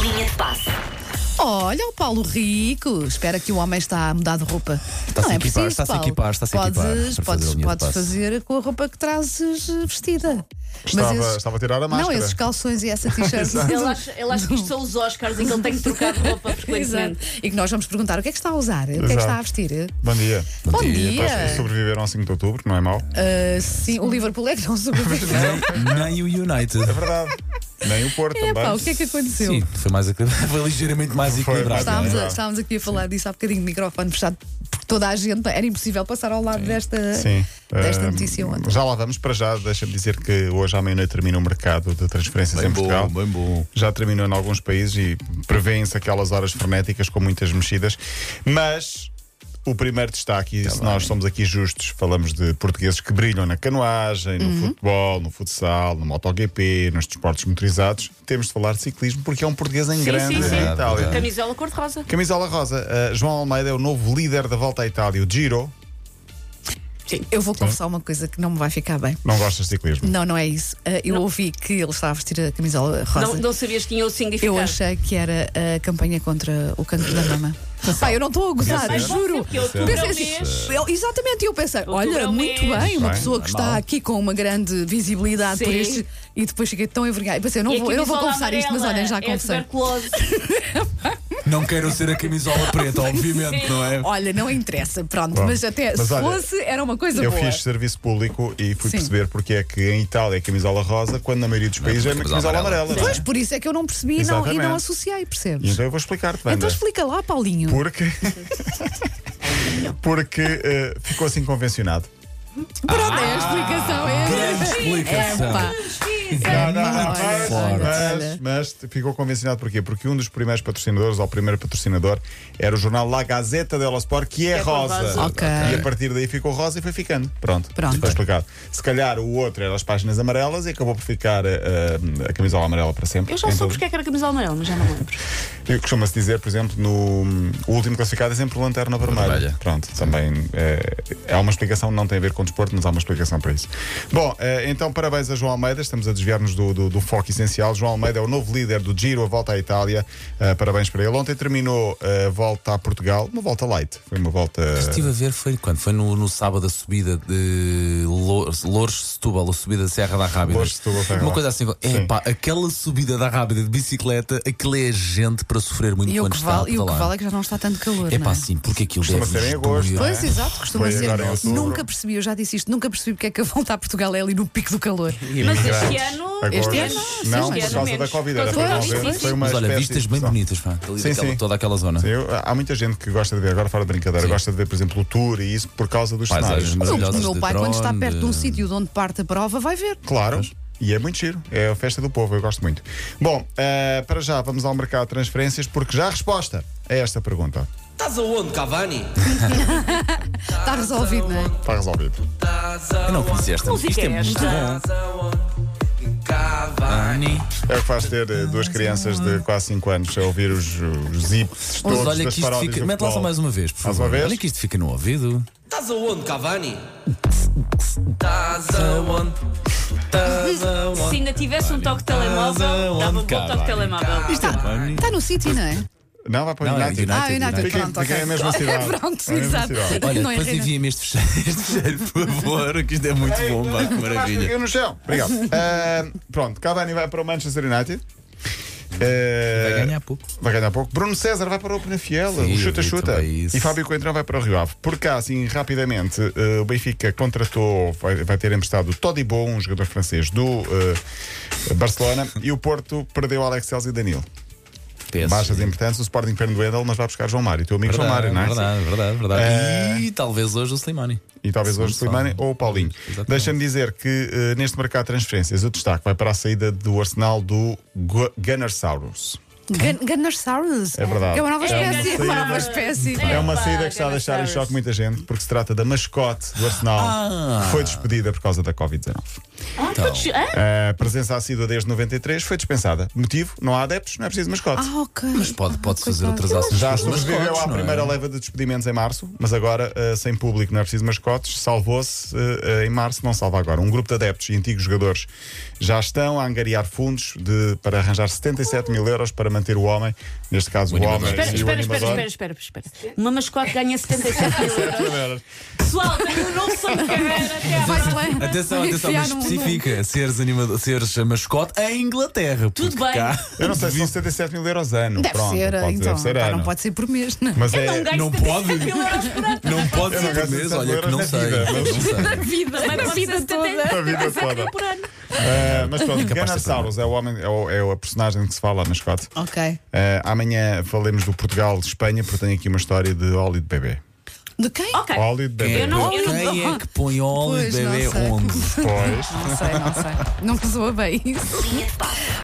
Linha de passe. Olha o Paulo Rico. Espera que o homem está a mudar de roupa. Está-se não a é equipar, preciso, está-se a Paulo. equipar, está-se a equipar Podes, para fazer podes, a linha de podes passe. fazer com a roupa que trazes eh, vestida. Estava- estava a tirar a Não, máscara. esses calções e essa t-shirt. Ele acha, ele acha que isto são os Oscars e que ele tem que trocar de roupa frequentemente. Exato. E que nós vamos perguntar o que é que está a usar, o que é que Exato. está a vestir. Bom dia. Bom, dia, Vocês sobreviveram ao 5 de outubro, não é mau? Ah, sim, o Liverpool é que não sobreviveu. Nem o United. É verdade. Nem o Porto É também. pá, o que é que aconteceu? Sim, foi, mais, equil- foi ligeiramente mais Foi, equilibrado. mais- não é? Estávamos, a, verdade. estávamos aqui a falar disso há bocadinho de microfone fechado, porque toda a gente era impossível passar ao lado desta, Sim. desta Ah, notícia ontem. Já lá vamos para já. Deixa-me dizer que hoje à meia-noite termina o mercado de transferências Bem em Portugal. bom, bem bom. Já terminou em alguns países e prevêem-se aquelas horas frenéticas com muitas mexidas. Mas o primeiro destaque, e se nós somos aqui justos, falamos de portugueses que brilham na canoagem, no futebol, no futsal, no MotoGP, nos desportos motorizados, temos de falar de ciclismo porque é um português em Sim, sim, grande sim. em Itália. Verdade. Camisola cor-de-rosa. Camisola rosa, uh, João Almeida é o novo líder da volta à Itália, o Giro. Eu vou confessar uma coisa que não me vai ficar bem. Não gostas de ciclismo? Não, não é isso. Ah, eu ouvi que ele estava a vestir a camisola rosa. Não, não sabias que tinha o significado. Eu achei que era a campanha contra o cancro da mama. Pá, eu não estou a gozar, Mas pode juro. ser, porque outubro Pensei é o assim, mês. eu- exatamente, e eu pensei, Outubro é olha, o muito mês. é bem, uma Bem, pessoa que normal. está aqui com uma grande visibilidade por Sim. este. E depois fiquei tão envergonhada. E pensei, eu não E a vou, eu não vou camisola confessar isto, mas amarela olha, já é confessei. tuberculose. Não quero ser a camisola preta, obviamente, não é? Olha, não interessa, pronto, Bom, mas até mas se olha, fosse, era uma coisa Eu boa. fiz serviço público e fui Sim. perceber porque é que em Itália é camisola rosa, quando na maioria dos países é uma camisola camisola amarela. não é? Pois, por isso é que eu não percebi e não, e Exatamente. não associei, E percebes? Então eu vou explicar-te, Wanda. Então explica lá, Paulinho. Porque. porque eh, ficou assim convencionado. Pronto, Ah! é a explicação, Grande é. explicação. Epá. Não, não, É Olha, não, mas, olha, olha. mas, mas ficou convencionado porquê? Porque um dos primeiros patrocinadores, ou o primeiro patrocinador, era o jornal La Gazeta dello Sport, que é, é rosa. rosa. Ok. E a partir daí ficou rosa e foi ficando. Pronto, Pronto. Ficou explicado. Se calhar o outro era as páginas amarelas e acabou por ficar eh, eh, a camisola amarela para sempre. Eu já soube Então, porque é que era camisola amarela, mas já não lembro. E Costuma-se dizer, por exemplo, no o último classificado é sempre lanterna vermelha. Vermelha. Pronto, também eh, há uma explicação, não tem a ver com desporto, mas há uma explicação para isso. Bom, eh, então parabéns a João Almeida, estamos a desviar-nos do, do- do foco essencial. João Almeida é o novo líder do Giro, a volta à Itália. Eh, parabéns para ele. Ontem terminou eh, a volta a Portugal, uma volta light, foi uma volta. Estive a ver, foi quando? Foi no, no sábado a subida de Loures, Loures Setúbal, a subida da Serra da Rábida. Loures, Setúbal, Serra Uma da- coisa assim, é Sim. pá, aquela subida da Rábida de bicicleta, aquilo é gente para sofrer muito E o quando que está vale, a e o que pedalar. vale é que já não está tanto calor. É não pá, sim, porque aquilo Costuma deve ser em agosto. Pois, exato, costuma Foi ser. agora em outubro. Nunca percebi, eu já disse isto, nunca percebi porque é que a volta a Portugal é ali no pico do calor. Mas este Imigrantes. ano. Agora- este ano? Não, Este por ano causa da menos. Covid. Era Por causa para da não ver, Covid, foi uma Mas olha, espécie vistas de bem discussão. bonitas, pá, ali Sim, daquela- sim. toda aquela zona. Sim, eu- há muita gente que gosta de ver, agora fora de brincadeira, Sim. gosta de ver, por exemplo, o tour e isso por causa dos Paisagens cenários. é? Mas o Maravilhosas meu de pai, quando está drone, perto de um de- sítio de onde parte a prova, vai ver. Claro. E é muito giro, é a festa do povo, eu gosto muito. Bom, eh, para já vamos ao mercado de transferências, porque já a resposta a esta pergunta Estás aonde, Cavani? Está resolvido, não é? está resolvido. Estás Eu não aonde, conhecia esta música Isto é é muito bom. estás aonde, Cavani? É o que faz ter eh, duas crianças de quase 5 anos a ouvir os, os zips Mas todos olha das que isto paródias fica. do Mete lá só futebol. mais uma vez, por Mais favor. uma vez? Olha que isto fica no ouvido. Estás aonde, Cavani? Estás aonde? Estás Se aonde? ainda tivesse um toque de telemóvel, Cavani. dava um bom toque de telemóvel. Isto é Está no sítio, não é? Não, vai para o Não, é United. United. Ah, o United, Fiquem- pronto, ok. fiquem na mesma cidade. Pronto, Na mesma exato. cidade. Olha, Não é depois Renan. envia-me este fecheiro, este fecheiro, por favor, que isto é muito bom, pá, que maravilha. Caiu no chão. Obrigado. Eh, pronto, Cavani vai para o Manchester United. Eh, Vai ganhar pouco. Vai ganhar pouco. Bruno César vai para o Penafiel, Sim, o chuta-chuta. eu vi também isso. E Fábio Coentrão vai para o Rio Ave. Por cá, assim, rapidamente, eh, o Benfica contratou, vai, vai ter emprestado Todibo, um jogador francês do eh, Barcelona, e o Porto perdeu Alex Celso e Danilo. Peço. Baixas importantes, o Sporting perde o Edel, mas vai buscar João Mário, teu amigo Verdade, João Mário, não é? verdade, verdade, verdade. E talvez hoje o Slimani. E talvez hoje o Segundo Slimani Sal. ou o Paulinho. Exatamente. Deixa-me dizer que eh, neste mercado de transferências o destaque vai para a saída do arsenal do Gu- Gunnersaurus. Gun- Gunnersaurus. É verdade. Que é uma nova É uma espécie. É uma nova espécie. É uma Epá, saída que está a deixar em Gunnersaurus. choque muita gente, porque se trata da mascote do Arsenal, Ah. que foi despedida por causa da Covid-19. Ah, Então. todos- Hã? A presença assídua desde 93 foi dispensada. Motivo? Não há adeptos, não é preciso mascote. Ah, ok. Mas Pode, pode fazer outras ações. Já com os sobreviveu mascotes, à não é? primeira leva de despedimentos em março, mas agora eh, sem público não é preciso mascotes, salvou-se eh, eh, em março, não salva agora. Um grupo de adeptos e antigos jogadores já estão a angariar fundos de- para arranjar 77 mil euros para manter o homem, neste caso o, animador. homem Espera, e espera, o espera, animador. espera, espera, espera. Uma mascote ganha 77 mil euros. Pessoal, tenho um novo sonho de carreira. Até à Vai-te próxima. lá. Atenção, atenção, Enfiar mas num- num- especifica seres, animador, seres mascote em Inglaterra. Tudo porque bem. cá- Eu não sei se são 77 mil euros ano. Deve Pronto, ser, pode, então. deve ser pá, ano. não pode ser por mês, não é? Mas Eu é. não ganho não 77 pode. mil euros por ano. Não pode Eu não ser gasto por mês, 77 olha que euros não na sei. vida, Não é Na mas- sei. vida, mas pode vida ser toda. 77 A vida toda. mil por ano. Ah, mas capaz de pronto, ser Ganassauros é o homem, é, o- é a personagem que se fala na Scott. Ok. Ah, amanhã falemos do Portugal de Espanha, porque tenho aqui uma história de óleo de bebê. De quem? Ok. Óleo de bebê. É. Eu não- eu não- Quem é que põe óleo Pois, não bebê sei. onde? Pois. Não sei, não sei. Não me soa bem isso. Linha de passe.